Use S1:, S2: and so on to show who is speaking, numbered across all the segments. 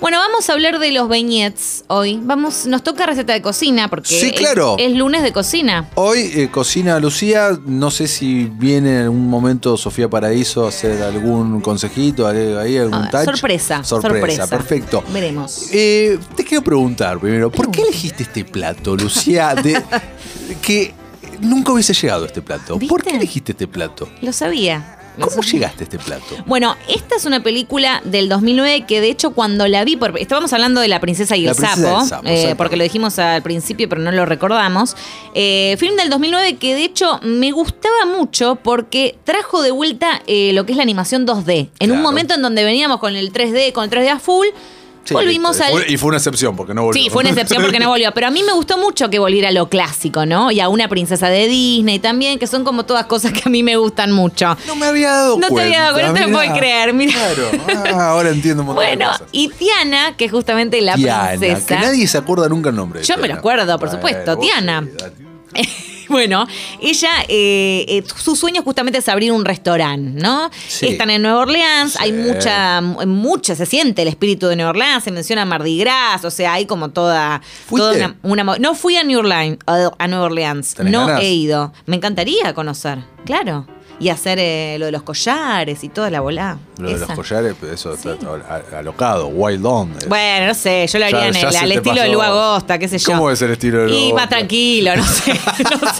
S1: Bueno, vamos a hablar de los beignets hoy. Vamos, nos toca receta de cocina porque
S2: Sí,
S1: es-
S2: claro.
S1: es, lunes de cocina.
S2: Hoy eh, cocina Lucía, no sé si viene en algún momento Sofía Paraíso a hacer algún consejito, ahí ahí, algún
S1: A ver,
S2: touch.
S1: Ah, sorpresa,
S2: sorpresa.
S1: sorpresa.
S2: perfecto.
S1: Veremos.
S2: Eh, te quiero preguntar primero, ¿por qué elegiste este plato, Lucía? De, que nunca hubiese llegado a este plato. ¿Por
S1: ¿Viste?
S2: qué elegiste este plato?
S1: Lo sabía. Lo
S2: ¿Cómo
S1: sabía.
S2: llegaste a este plato?
S1: Bueno, esta es una película del 2009 que de hecho cuando la vi, por, estábamos hablando de La princesa y
S2: La
S1: el
S2: princesa
S1: sapo,
S2: del sapo,
S1: eh,
S2: exacto.
S1: porque lo dijimos al principio pero no lo recordamos. Eh, film del 2009 que de hecho me gustaba mucho porque trajo de vuelta eh, lo que es la animación 2D. En un
S2: Claro.
S1: momento en donde veníamos con el 3D, con el 3D a full,
S2: Sí,
S1: volvimos
S2: listo.
S1: al...
S2: Y fue- Y fue una excepción, porque no volvió.
S1: Sí, fue una excepción porque no volvió. Pero a mí me gustó mucho que volviera a lo clásico, ¿no? Y a una princesa de Disney también, que son como todas cosas que a mí me gustan mucho.
S2: No me había dado
S1: No
S2: cuenta.
S1: te había dado cuenta, no
S2: mirá.
S1: puedo creer, mirá.
S2: Claro, ah, ahora entiendo un montón de
S1: Bueno,
S2: cosas.
S1: y Tiana, que es justamente la
S2: Tiana, que
S1: princesa.
S2: nadie se acuerda nunca el nombre. de
S1: Yo me
S2: Tiana.
S1: lo acuerdo, por
S2: Bueno,
S1: supuesto,
S2: vos eh,
S1: Tiana.
S2: sí, dale.
S1: Bueno, ella, eh, eh, su sueño justamente es abrir un restaurante, ¿no?
S2: Sí.
S1: Están en Nueva Orleans,
S2: Sí.
S1: hay mucha, mucha, se siente el espíritu de Nueva Orleans, se menciona Mardi Gras, o sea, hay como toda,
S2: ¿Fuiste?
S1: toda una, una mo- No fui a New Orleans, a a Nueva Orleans,
S2: ¿Tenés
S1: no
S2: ganas?
S1: he ido. Me encantaría conocer, claro, y hacer eh, lo de los collares y toda la bola.
S2: Lo de los
S1: esa.
S2: collares, pues, eso está a- alocado, wild on. eh.
S1: Bueno, no sé, yo lo haría
S2: Ya-
S1: en
S2: ya
S1: el-
S2: se
S1: al
S2: te
S1: estilo de
S2: pasó.
S1: Lu Agosta, qué sé yo.
S2: ¿Cómo es el estilo de Lu
S1: Y más
S2: Agosta?
S1: tranquilo, no sé, no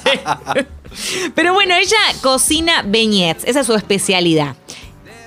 S1: sé. Pero bueno, ella cocina beignets, esa es su especialidad.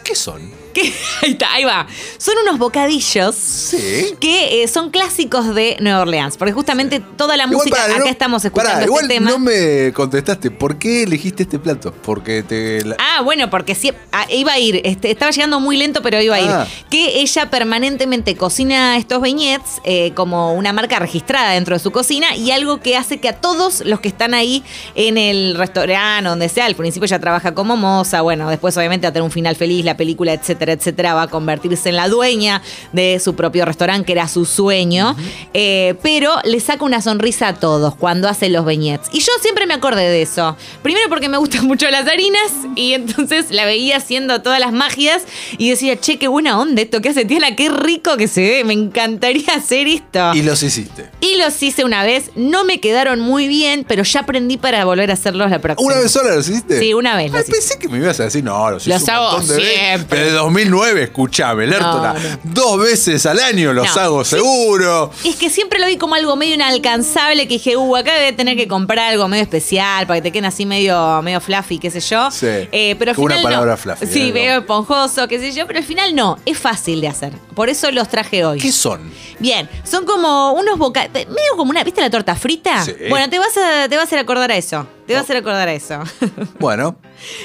S2: ¿Qué son?
S1: ¿Qué? Ahí está, ahí va. Son unos bocadillos
S2: Sí.
S1: que eh, son clásicos de Nueva Orleans, porque justamente toda la música,
S2: pará,
S1: acá
S2: no-
S1: estamos
S2: pará,
S1: escuchando este
S2: igual
S1: tema.
S2: no me contestaste. ¿Por qué elegiste este plato? Porque te. la-
S1: Ah, bueno, porque sí, ah, iba a ir, este, estaba llegando muy lento, pero iba a ir.
S2: Ah.
S1: Que ella permanentemente cocina estos beignets eh, como una marca registrada dentro de su cocina y algo que hace que a todos los que están ahí en el restaurante, donde sea, al principio ella trabaja como moza, bueno, después obviamente va a tener un final feliz, la película, etcétera, etcétera, va a convertirse en la dueña de su propio restaurante, que era su sueño, Eh, pero le saca una sonrisa a todos cuando hace los beignets. Y yo siempre me acordé de eso. Primero porque me gustan mucho las harinas y entonces la veía haciendo todas las magias y decía, che, qué buena onda esto que hace Tiana, qué rico que se ve, me encantaría hacer esto.
S2: Y
S1: Y
S2: los hiciste.
S1: los hice una vez, no me quedaron muy bien, pero ya aprendí para volver a hacerlos la próxima.
S2: ¿Una vez sola los hiciste?
S1: Sí, una vez
S2: Ay,
S1: los hice.
S2: pensé que me ibas a decir, no, los, hice
S1: Los
S2: un
S1: hago
S2: montón de veces.
S1: siempre.
S2: Desde 2009, escuchame, Lertora.
S1: no.
S2: Dos veces al año los
S1: No.
S2: hago seguro.
S1: Es que siempre lo vi como algo medio inalcanzable que dije, uh, acá debe tener que comprar algo medio especial para que te queden así medio, medio fluffy, qué sé yo.
S2: Sí.
S1: Eh, pero al
S2: Como una
S1: final
S2: palabra
S1: no.
S2: fluffy,
S1: Sí,
S2: algo.
S1: medio esponjoso, qué sé yo, pero al final no, es fácil de hacer. Por eso los traje hoy.
S2: ¿Qué son?
S1: Bien, son como unos bocados, medio como una, ¿viste la torta frita?
S2: Sí.
S1: Bueno, te vas a te vas a hacer acordar a eso. Te vas a hacer acordar a eso.
S2: Bueno,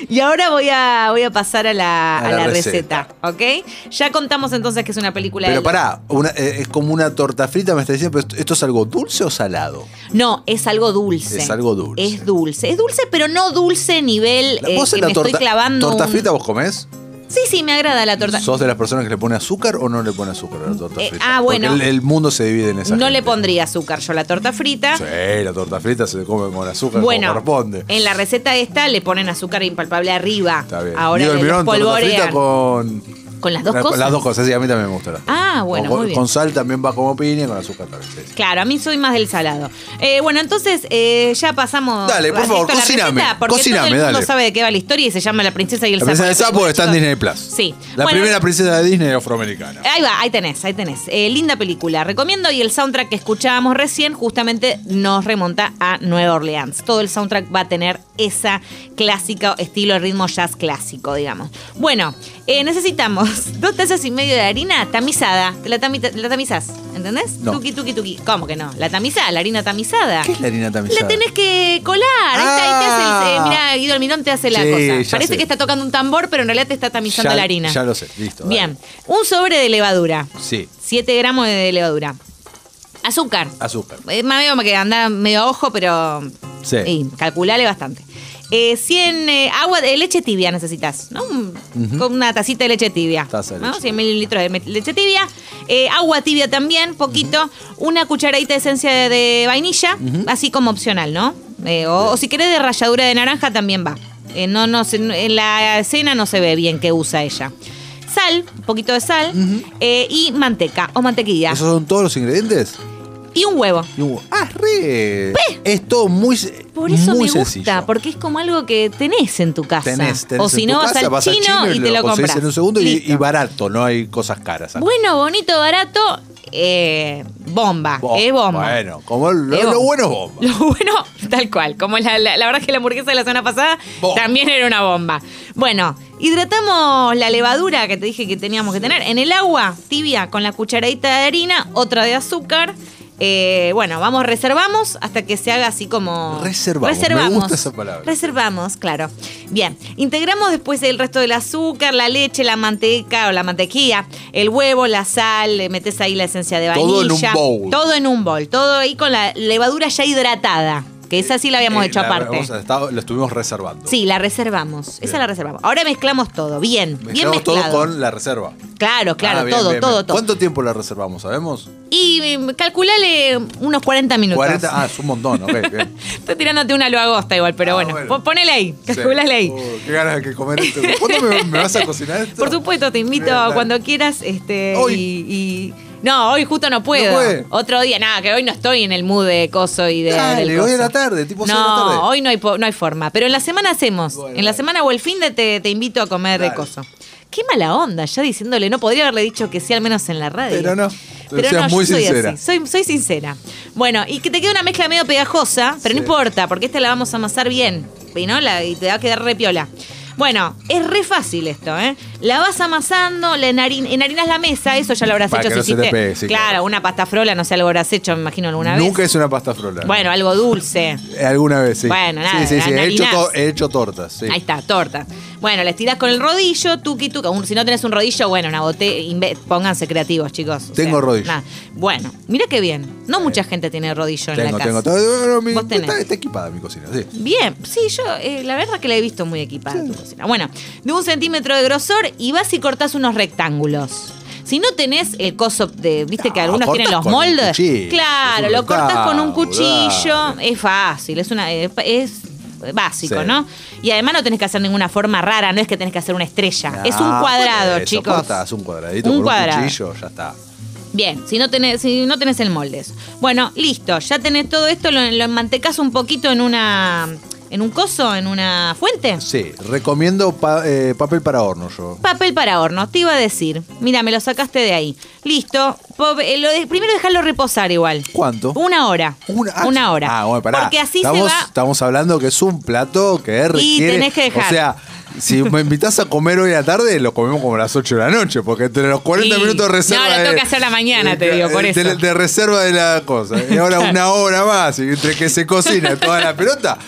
S1: y ahora voy a voy a pasar a la,
S2: A
S1: a
S2: la
S1: la receta.
S2: receta.
S1: ¿ok? Ya contamos entonces que es una película
S2: pero
S1: del-
S2: pará, una- eh, es como una torta frita, me está diciendo, pero esto, esto es algo dulce o salado?
S1: No, es algo dulce.
S2: Es algo dulce.
S1: Es dulce. Es dulce, pero no dulce nivel eh,
S2: ¿Vos
S1: que
S2: en la
S1: me
S2: torta,
S1: estoy clavando.
S2: torta
S1: un-
S2: frita vos comés?
S1: Sí, sí, me agrada la torta.
S2: ¿Sos de las personas que le pone azúcar o no le pone azúcar a la torta
S1: Eh,
S2: frita?
S1: ah,
S2: Porque
S1: bueno.
S2: el, el mundo se divide en esa
S1: No
S2: gente.
S1: le pondría azúcar yo a la torta frita.
S2: Sí, la torta frita se come con azúcar como
S1: Bueno,
S2: corresponde.
S1: en la receta esta le ponen azúcar impalpable arriba.
S2: Está bien.
S1: Ahora
S2: Digo,
S1: le
S2: almidón, torta frita
S1: polvorean.
S2: con...
S1: ¿Con las dos
S2: con
S1: cosas?
S2: Las dos cosas, sí, a mí también me gusta. la-
S1: Ah, bueno,
S2: con,
S1: muy bien.
S2: con sal también va como piña y con azúcar también. sí, sí.
S1: Claro, a mí soy más del salado. Eh, bueno, entonces eh, ya pasamos.
S2: Dale, por
S1: Pasito
S2: favor,
S1: a la
S2: cociname,
S1: receta, Porque
S2: cociname,
S1: todo el mundo
S2: dale.
S1: sabe de qué va la historia y se llama La Princesa y el
S2: La
S1: Sapo. este
S2: princesa del sapo está en Disney Plus.
S1: Sí.
S2: La
S1: Bueno, Eh.
S2: primera princesa de Disney afroamericana.
S1: Ahí va, ahí tenés, ahí tenés. Eh, linda película, recomiendo. Y el soundtrack que escuchábamos recién justamente nos remonta a Nueva Orleans. Todo el soundtrack va a tener esa clásica estilo ritmo jazz clásico, digamos. Bueno, eh, necesitamos dos tazas y medio de harina tamizada. La, tami- la tamizás, ¿entendés?
S2: No.
S1: Tuki, tuki, tuki. ¿Cómo que no? La tamizás, la harina tamizada.
S2: ¿Qué es la harina tamizada? Ah.
S1: La tenés que colar. Ahí está, ahí te hace el- eh, mirá, Guido Almirón te hace la
S2: Sí,
S1: cosa.
S2: ya
S1: Parece
S2: sé.
S1: que está tocando un tambor, pero en realidad te está tamizando
S2: Ya-
S1: la harina.
S2: ya lo sé, listo, dale.
S1: Bien. Un sobre de levadura.
S2: Sí,
S1: 7 gramos de levadura. Azúcar.
S2: azúcar.
S1: Eh, Más veo que anda medio a ojo, pero.
S2: Sí.
S1: y calculale bastante. Eh, 100 eh, agua de leche tibia necesitas, ¿no? Un- Con una tacita de leche tibia.
S2: Taza de
S1: ¿no?
S2: leche
S1: 100 mililitros de me- leche tibia. Eh, agua tibia también, poquito. Una cucharadita de esencia de, de vainilla, así como opcional, ¿no? Eh, o, o si querés de ralladura de naranja también va. Eh, no, no, se- en la escena no se ve bien que usa ella. sal, un poquito de sal eh, y manteca o mantequilla.
S2: ¿Esos son todos los ingredientes?
S1: Y un huevo.
S2: Y un- Ah, es re. Es todo muy, se-
S1: Por eso me
S2: muy
S1: gusta,
S2: sencillo.
S1: porque es como algo que tenés en tu casa.
S2: Tenés, tenés
S1: o si
S2: en
S1: no,
S2: tu
S1: vas
S2: casa,
S1: al
S2: vas
S1: chino, y te lo
S2: conseguís
S1: compras.
S2: en un segundo y,
S1: Listo.
S2: y barato, no hay cosas caras. acá.
S1: Bueno, bonito, barato, eh, bomba.
S2: Bo-
S1: es bomba.
S2: Bueno, como lo,
S1: Es
S2: lo
S1: bomba.
S2: bueno es bomba.
S1: Lo bueno, tal cual. Como la, la- la verdad es que la hamburguesa de la semana pasada
S2: Bomba.
S1: también era una bomba. Bueno, hidratamos la levadura que te dije que teníamos que tener en el agua tibia con la cucharadita de harina, otra de azúcar. Eh, bueno, vamos, reservamos hasta que se haga así como...
S2: Reservamos, me
S1: Reservamos.
S2: gusta esa palabra.
S1: Reservamos, claro. Bien, integramos después el resto del azúcar, la leche, la manteca o la mantequilla, el huevo, la sal, le metes ahí la esencia de
S2: Todo en un
S1: vainilla.
S2: bowl.
S1: Todo en un bol, todo ahí con la levadura ya hidratada, que esa sí la habíamos
S2: Eh,
S1: hecho
S2: la-
S1: aparte.
S2: hemos estado- lo estuvimos reservando.
S1: Sí, la reservamos, esa
S2: Bien.
S1: la reservamos. Ahora mezclamos todo, bien, bien
S2: Mezclamos
S1: mezclado.
S2: todo con la reserva.
S1: Claro, claro,
S2: Ah, bien,
S1: todo,
S2: bien,
S1: todo,
S2: bien.
S1: todo.
S2: ¿Cuánto tiempo la reservamos? ¿Sabemos?
S1: Y mm, calculale unos 40 minutos.
S2: 40. Ah, es un montón, ok, bien.
S1: Estoy tirándote una agosta igual, pero
S2: Ah,
S1: bueno.
S2: bueno.
S1: Po- Ponele ahí,
S2: Sí.
S1: calculale ahí.
S2: Uh, qué ganas de que comer esto. ¿Cuándo me, me vas a cocinar esto?
S1: Por supuesto, te invito
S2: Bien, dale.
S1: cuando quieras. Este,
S2: Hoy.
S1: Y, y- No, hoy justo no puedo.
S2: puede.
S1: Otro día, nada, que hoy no estoy en el mood de coso y de.
S2: Dale,
S1: del
S2: hoy
S1: coso.
S2: a la tarde, tipo seis de la
S1: No,
S2: tarde.
S1: hoy no hay, po- no hay forma. Pero en la semana hacemos.
S2: Bueno,
S1: en la
S2: dale.
S1: semana o el fin de te, te invito a comer de
S2: Dale.
S1: coso. Qué mala onda, ya diciéndole, no podría haberle dicho que sí, al menos en la radio.
S2: Pero no,
S1: Pero
S2: seas
S1: no,
S2: muy
S1: yo soy
S2: sincera.
S1: así, soy, soy sincera. Bueno, y que te quede una mezcla medio pegajosa, pero no
S2: Sí.
S1: importa, porque esta la vamos a amasar bien, ¿y ¿no? La- y te va a quedar re piola. Bueno, es re fácil esto, ¿eh? La vas amasando, la enharin- enharinas la mesa, eso ya lo habrás
S2: Para
S1: hecho
S2: que no
S1: si
S2: se te
S1: hiciste-
S2: pegue, sí,
S1: claro,
S2: claro.
S1: una pasta frola, no sé, algo habrás hecho, me imagino, alguna vez.
S2: Nunca es una pasta frola.
S1: Bueno, algo dulce.
S2: Eh, Alguna vez, sí.
S1: Bueno, nada,
S2: Sí, sí, sí. He hecho,
S1: anarinas.
S2: to- he hecho tortas, sí.
S1: Ahí está, torta. Bueno, la estirás con el rodillo, tuqui tuqui. Un- Si no tenés un rodillo, bueno, una botella. inve- Pónganse creativos, chicos. O
S2: Tengo rodillo.
S1: Bueno, mira qué bien. No mucha gente tiene rodillo en
S2: Tengo,
S1: la casa.
S2: tengo. todo- no, mi-
S1: Vos tenés.
S2: Está, está equipada mi cocina, sí.
S1: Bien, sí, yo eh, la verdad que la he visto muy equipada tu cocina. Bueno, de un centímetro de grosor y vas y cortás unos rectángulos. Si no tenés el coso de, viste que
S2: Ah,
S1: algunos
S2: cortás
S1: tienen los
S2: con un
S1: moldes,
S2: cuchillo,
S1: claro,
S2: es un
S1: lo cortás con un
S2: rectángulo,
S1: cuchillo,
S2: dale.
S1: es fácil, es una es, es básico,
S2: Sí.
S1: ¿no? Y además no tenés que hacer ninguna forma rara, no es que tenés que hacer una estrella, es un
S2: Ah,
S1: cuadrado,
S2: eso,
S1: chicos.
S2: cortás un cuadradito
S1: Un
S2: con
S1: cuadrado.
S2: un cuchillo, ya está.
S1: Bien, si no tenés, si no tenés el molde. eso. Bueno, listo, ya tenés todo esto, lo, lo enmantecás un poquito en una. en un coso, en una fuente.
S2: Sí, recomiendo pa- eh, papel para horno yo.
S1: Papel para horno, te iba a decir. Mira, me lo sacaste de ahí. Listo. po- eh, lo de- primero dejarlo reposar igual.
S2: ¿Cuánto?
S1: Una hora.
S2: ah,
S1: hora.
S2: Ah, bueno, pará.
S1: Porque así
S2: estamos,
S1: se va.
S2: Estamos hablando que es un plato que requiere.
S1: tenés que dejar.
S2: O sea, si me invitas a comer hoy a la tarde, lo comemos como a las 8 de la noche, porque entre los 40
S1: Y-
S2: minutos de reserva.
S1: no, lo tengo
S2: de-
S1: que hacer a la mañana, te digo, por
S2: de-
S1: eso.
S2: De, de eh, reserva de la cosa. Y ahora una hora más, y entre que se cocina toda la pelota,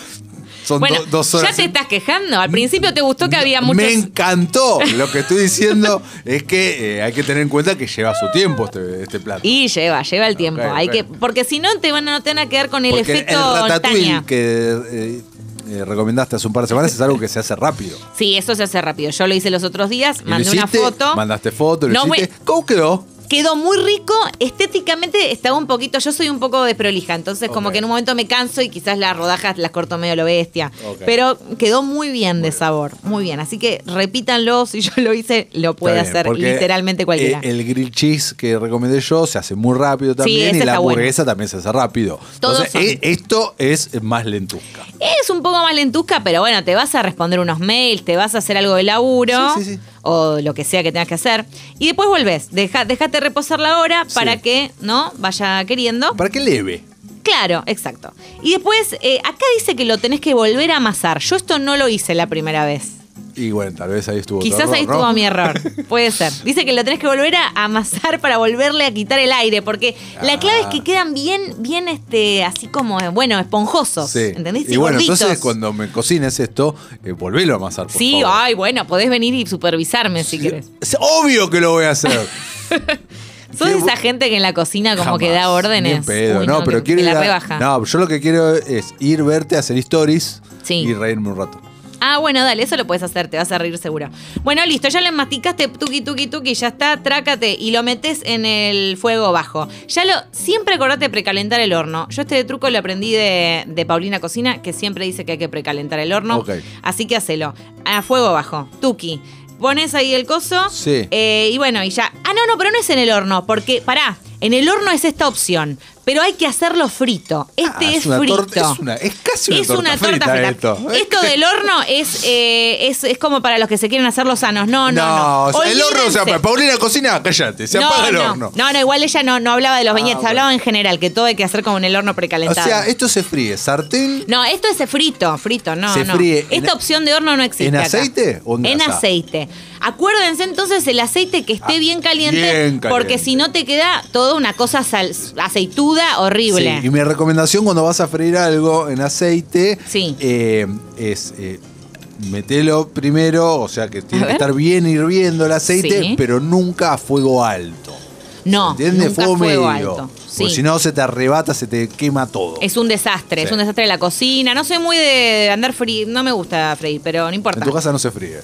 S2: son
S1: Bueno,
S2: do- dos horas.
S1: ya te estás quejando. Al principio te gustó que había muchos.
S2: Me encantó. Lo que estoy diciendo es que eh, hay que tener en cuenta que lleva su tiempo este, este plato.
S1: Y lleva, lleva el tiempo.
S2: Ok,
S1: Hay
S2: ok.
S1: que, porque si no te van, a- no te van a quedar con el
S2: Porque
S1: efecto
S2: el ratatouille
S1: Tania.
S2: que eh, eh, recomendaste hace un par de semanas es algo que se hace rápido.
S1: Sí, eso se hace rápido. Yo lo hice los otros días,
S2: Y lo
S1: mandé una
S2: hiciste,
S1: foto.
S2: Mandaste foto, lo
S1: No,
S2: hiciste. ¿Cómo quedó?
S1: Quedó muy rico, estéticamente estaba un poquito, yo soy un poco desprolija, entonces como
S2: Ok.
S1: que en un momento me canso y quizás las rodajas las corto medio lo bestia,
S2: Ok.
S1: pero quedó muy bien de sabor, muy bien, así que repítanlo, si yo lo hice, lo puede
S2: Está bien,
S1: hacer
S2: porque,
S1: literalmente cualquiera.
S2: eh, el grill cheese que recomendé yo se hace muy rápido también
S1: ese
S2: y la
S1: está bueno.
S2: hamburguesa también se hace rápido.
S1: Todos
S2: Entonces,
S1: son.
S2: eh, esto es más lentusca.
S1: Es un poco más lentusca, pero bueno, te vas a responder unos mails, te vas a hacer algo de laburo
S2: Sí, sí, sí.
S1: o lo que sea que tengas que hacer. Y después volvés, Deja, dejate reposar la hora
S2: Sí.
S1: para que no vaya queriendo.
S2: ¿Para qué leve?
S1: Claro, exacto. Y después, eh, acá dice que lo tenés que volver a amasar. Yo esto no lo hice la primera vez.
S2: Y bueno, tal vez ahí estuvo tu
S1: Quizás
S2: error,
S1: ahí
S2: ¿no?
S1: estuvo mi error. Puede ser. Dice que lo tenés que volver a amasar para volverle a quitar el aire, porque la
S2: Ah.
S1: clave es que quedan bien, bien, este, así como, eh, bueno, esponjosos.
S2: Sí.
S1: ¿Entendés?
S2: Y bueno,
S1: gorditos.
S2: entonces cuando me cocines esto, eh, volvelo a amasar, por
S1: Sí,
S2: favor.
S1: ay, bueno, podés venir y supervisarme si querés.
S2: Es obvio que lo voy a hacer.
S1: Sos
S2: Sí,
S1: esa
S2: vos-
S1: gente que en la cocina como que
S2: Jamás,
S1: da órdenes.
S2: ni en pedo.
S1: Uy,
S2: no,
S1: que-
S2: pero
S1: que
S2: quiero ir
S1: la
S2: a-
S1: rebaja.
S2: No, yo lo que quiero es ir verte a hacer stories
S1: Sí.
S2: y reírme un rato.
S1: Ah, bueno, dale, eso lo puedes hacer, te vas a reír seguro. Bueno, listo, ya le masticaste tuqui tuqui tuqui, ya está, trácate y lo metes en el fuego bajo. Ya lo, siempre acordate de precalentar el horno. Yo este truco lo aprendí de, de Paulina Cocina, que siempre dice que hay que precalentar el horno.
S2: Ok.
S1: Así que hacelo. A fuego bajo, tuqui. Pones ahí el coso.
S2: Sí.
S1: eh, y bueno, y ya. Ah, no, no, pero no es en el horno, porque, pará, en el horno es esta opción, pero hay que hacerlo frito. Este
S2: Ah,
S1: es,
S2: una
S1: frito.
S2: torta- es, una- es casi una
S1: es
S2: torta,
S1: una torta
S2: frita
S1: frita.
S2: esto.
S1: Esto del horno es, eh, es, es como para los que se quieren hacer los sanos. No, no. No,
S2: No, el horno se
S1: Olvídense.
S2: apaga. Paulina cocina, cállate, se
S1: No,
S2: apaga el
S1: no.
S2: horno. Ah,
S1: No, no, igual ella no, no hablaba de los bañetes,
S2: bueno.
S1: hablaba en general, que todo hay que hacer con el horno
S2: o
S1: precalentado.
S2: sea, esto se fríe, sartén
S1: No, esto es frito, frito, no,
S2: Se
S1: no.
S2: fríe en-
S1: Esta opción de horno no existe.
S2: ¿En
S1: acá.
S2: aceite o en
S1: En
S2: grasa?
S1: aceite. Acuérdense entonces el aceite que esté
S2: Ah,
S1: bien caliente,
S2: bien caliente.
S1: porque si no te queda toda una cosa sal- aceituda horrible.
S2: Sí, y mi recomendación cuando vas a freír algo en aceite
S1: Sí.
S2: eh, es eh, metelo primero, o sea que tiene
S1: A
S2: que
S1: ver.
S2: estar bien hirviendo el aceite,
S1: Sí.
S2: pero nunca a fuego alto.
S1: no,
S2: ¿Entiendes?
S1: nunca
S2: fuego, medio.
S1: alto.
S2: Porque
S1: Sí.
S2: si no se te arrebata, se te quema todo.
S1: Es un desastre,
S2: Sí.
S1: es un desastre de la cocina. No soy muy de andar frío, no me gusta freír, pero no
S2: en
S1: importa.
S2: tu casa no se fríe.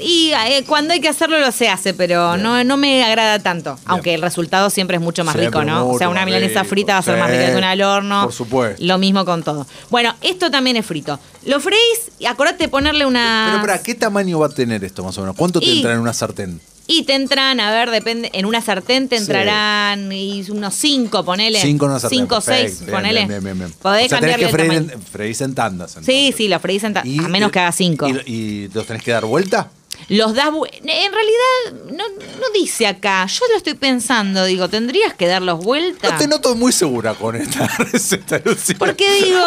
S1: Y eh, cuando hay que hacerlo lo se hace, pero
S2: Bien.
S1: no, no me agrada tanto. Aunque el resultado siempre es mucho más
S2: Siempre
S1: rico, ¿no?
S2: mucho
S1: O sea, una
S2: más
S1: milanesa
S2: rico,
S1: frita va a ser más
S2: sí,
S1: rica que una al horno.
S2: por supuesto.
S1: Lo mismo con todo. Bueno, esto también es frito. Lo freís y acordate de ponerle una...
S2: Pero para, ¿qué tamaño va a tener esto más o menos? ¿Cuánto te
S1: Y-
S2: entra en una sartén?
S1: Y te entran, a ver, depende, en una sartén te
S2: Sí.
S1: entrarán y unos cinco, ponele.
S2: Cinco en una sartén.
S1: Cinco,
S2: perfecto.
S1: seis,
S2: Bien,
S1: ponele.
S2: bien, bien, bien.
S1: Podés
S2: o sea, tenés
S1: cambiarle
S2: que
S1: el
S2: freír
S1: tamaño.
S2: en, freís en tandas.
S1: Sí,
S2: entonces.
S1: sí, los freís en ta-
S2: Y-
S1: a menos que haga cinco.
S2: ¿Y, y los tenés que dar vuelta?
S1: Los das. vu- En realidad, no, no dice acá. Yo lo estoy pensando. Digo, ¿tendrías que darlos vuelta?
S2: No te noto muy segura con esta receta, Lucía.
S1: Porque digo.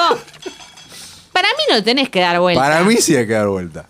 S1: Para mí no tenés que dar vuelta.
S2: Para mí sí hay que dar vuelta.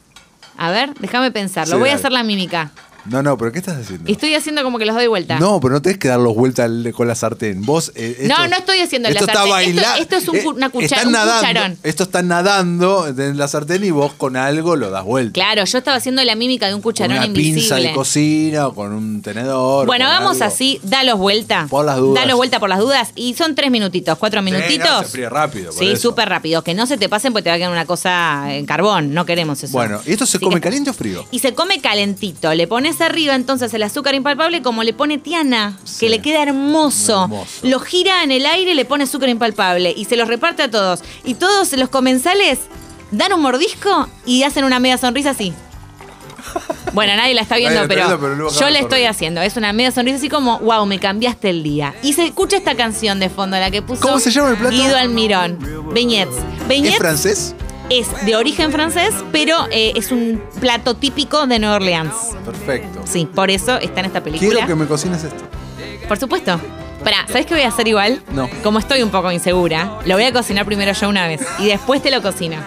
S1: A ver, déjame pensarlo.
S2: Sí,
S1: Voy a
S2: dale.
S1: hacer la mímica.
S2: No, no, pero ¿qué estás haciendo?
S1: Estoy haciendo como que los doy vuelta.
S2: No, pero no tenés que darlos vuelta al- con la sartén. Vos, eh, esto-
S1: No, no estoy haciendo la
S2: esto Está
S1: sartén. Esto-
S2: baila- eh,
S1: esto es un cu- una cuchara-
S2: están
S1: un
S2: nadando,
S1: cucharón.
S2: Esto está nadando en la sartén y vos con algo lo das vuelta.
S1: Claro, yo estaba haciendo la mímica de un
S2: Con
S1: cucharón
S2: una
S1: invisible.
S2: pinza de cocina o con un tenedor.
S1: Bueno,
S2: con
S1: vamos
S2: algo.
S1: así, dalos vuelta.
S2: Por las dudas.
S1: Dalos vuelta por las dudas. Y son tres minutitos, cuatro
S2: no,
S1: minutitos.
S2: se fríe rápido, por
S1: Sí,
S2: eso.
S1: súper rápido. Que no se te pasen porque te va a quedar una cosa en carbón. No queremos eso.
S2: Bueno, ¿y esto se
S1: Así
S2: come
S1: que-
S2: caliente o frío?
S1: Y se come calentito. Le pones arriba entonces el azúcar impalpable como le pone Tiana,
S2: Sí.
S1: que le queda hermoso.
S2: Hermoso.
S1: Lo gira en el aire y le pone azúcar impalpable. Y se los reparte a todos. Y todos los comensales dan un mordisco y hacen una media sonrisa así. Bueno, nadie la está viendo,
S2: Nadie la
S1: pero,
S2: está viendo, pero luego
S1: yo
S2: acaba
S1: le
S2: de
S1: estoy
S2: correr.
S1: haciendo. Es una media sonrisa así como, wow, me cambiaste el día. Y se escucha esta canción de fondo, la que puso
S2: ¿Cómo se llama el plato?
S1: Guido Almirón. Beñets.
S2: ¿Es
S1: Beñets
S2: francés?
S1: es de origen francés, pero eh, es un plato típico de Nueva Orleans.
S2: Perfecto.
S1: Sí, por eso está en esta
S2: Quiero
S1: película.
S2: que me cocines esto.
S1: Por supuesto. Pará, ¿sabes qué voy a hacer igual?
S2: No.
S1: Como estoy un poco insegura, lo voy a cocinar primero yo una vez y después te lo cocino.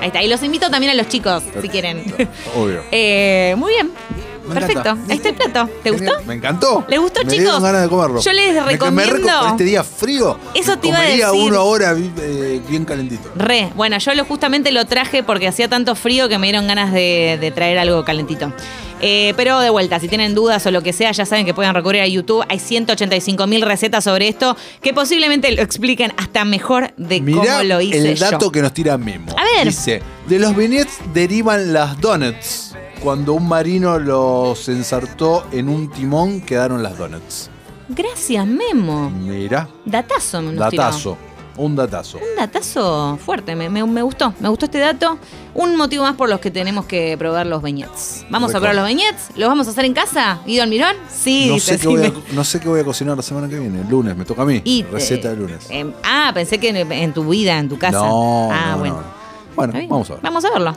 S1: Ahí está. Y los invito también a los chicos, si quieren.
S2: Obvio.
S1: Eh, muy bien.
S2: Me
S1: Perfecto.
S2: encanta.
S1: Ahí está el plato. ¿Te
S2: Genial.
S1: gustó?
S2: Me encantó.
S1: ¿Les gustó,
S2: me
S1: chicos?
S2: Dieron ganas de comerlo.
S1: Yo les
S2: Me- me
S1: recomiendo-
S2: reco- con este día frío.
S1: Eso
S2: me
S1: te iba a
S2: comería
S1: decir.
S2: uno ahora eh, bien calentito.
S1: Re, bueno, yo lo justamente lo traje porque hacía tanto frío que me dieron ganas de, de traer algo calentito. Eh, pero de vuelta, si tienen dudas o lo que sea, ya saben que pueden recurrir a YouTube. Hay 185 mil recetas sobre esto que posiblemente lo expliquen hasta mejor de
S2: Mirá
S1: cómo lo hice
S2: el dato
S1: yo.
S2: que nos tira Memo.
S1: A ver.
S2: Dice, de los vignettes derivan las donuts. Cuando un marino los ensartó en un timón, quedaron las donuts.
S1: Gracias, Memo.
S2: Mirá,
S1: Datazo, nos tiró.
S2: datazo. Un datazo.
S1: Un datazo fuerte, me, me- me gustó, me gustó este dato. Un motivo más por los que tenemos que probar los beñets. Vamos a
S2: Recuerdo.
S1: probar los beñets, ¿los vamos a hacer en casa? Guido Almirón, sí,
S2: No
S1: dice,
S2: sé, qué
S1: sí,
S2: voy
S1: me-
S2: a, no sé qué voy a cocinar la semana que viene, el lunes, me toca a mí.
S1: Y,
S2: Receta
S1: eh,
S2: de lunes.
S1: eh, ah, pensé que en, en tu vida, en tu casa.
S2: No,
S1: ah,
S2: no, no.
S1: bueno.
S2: Bueno,
S1: Está bien.
S2: vamos a ver.
S1: Vamos a verlo.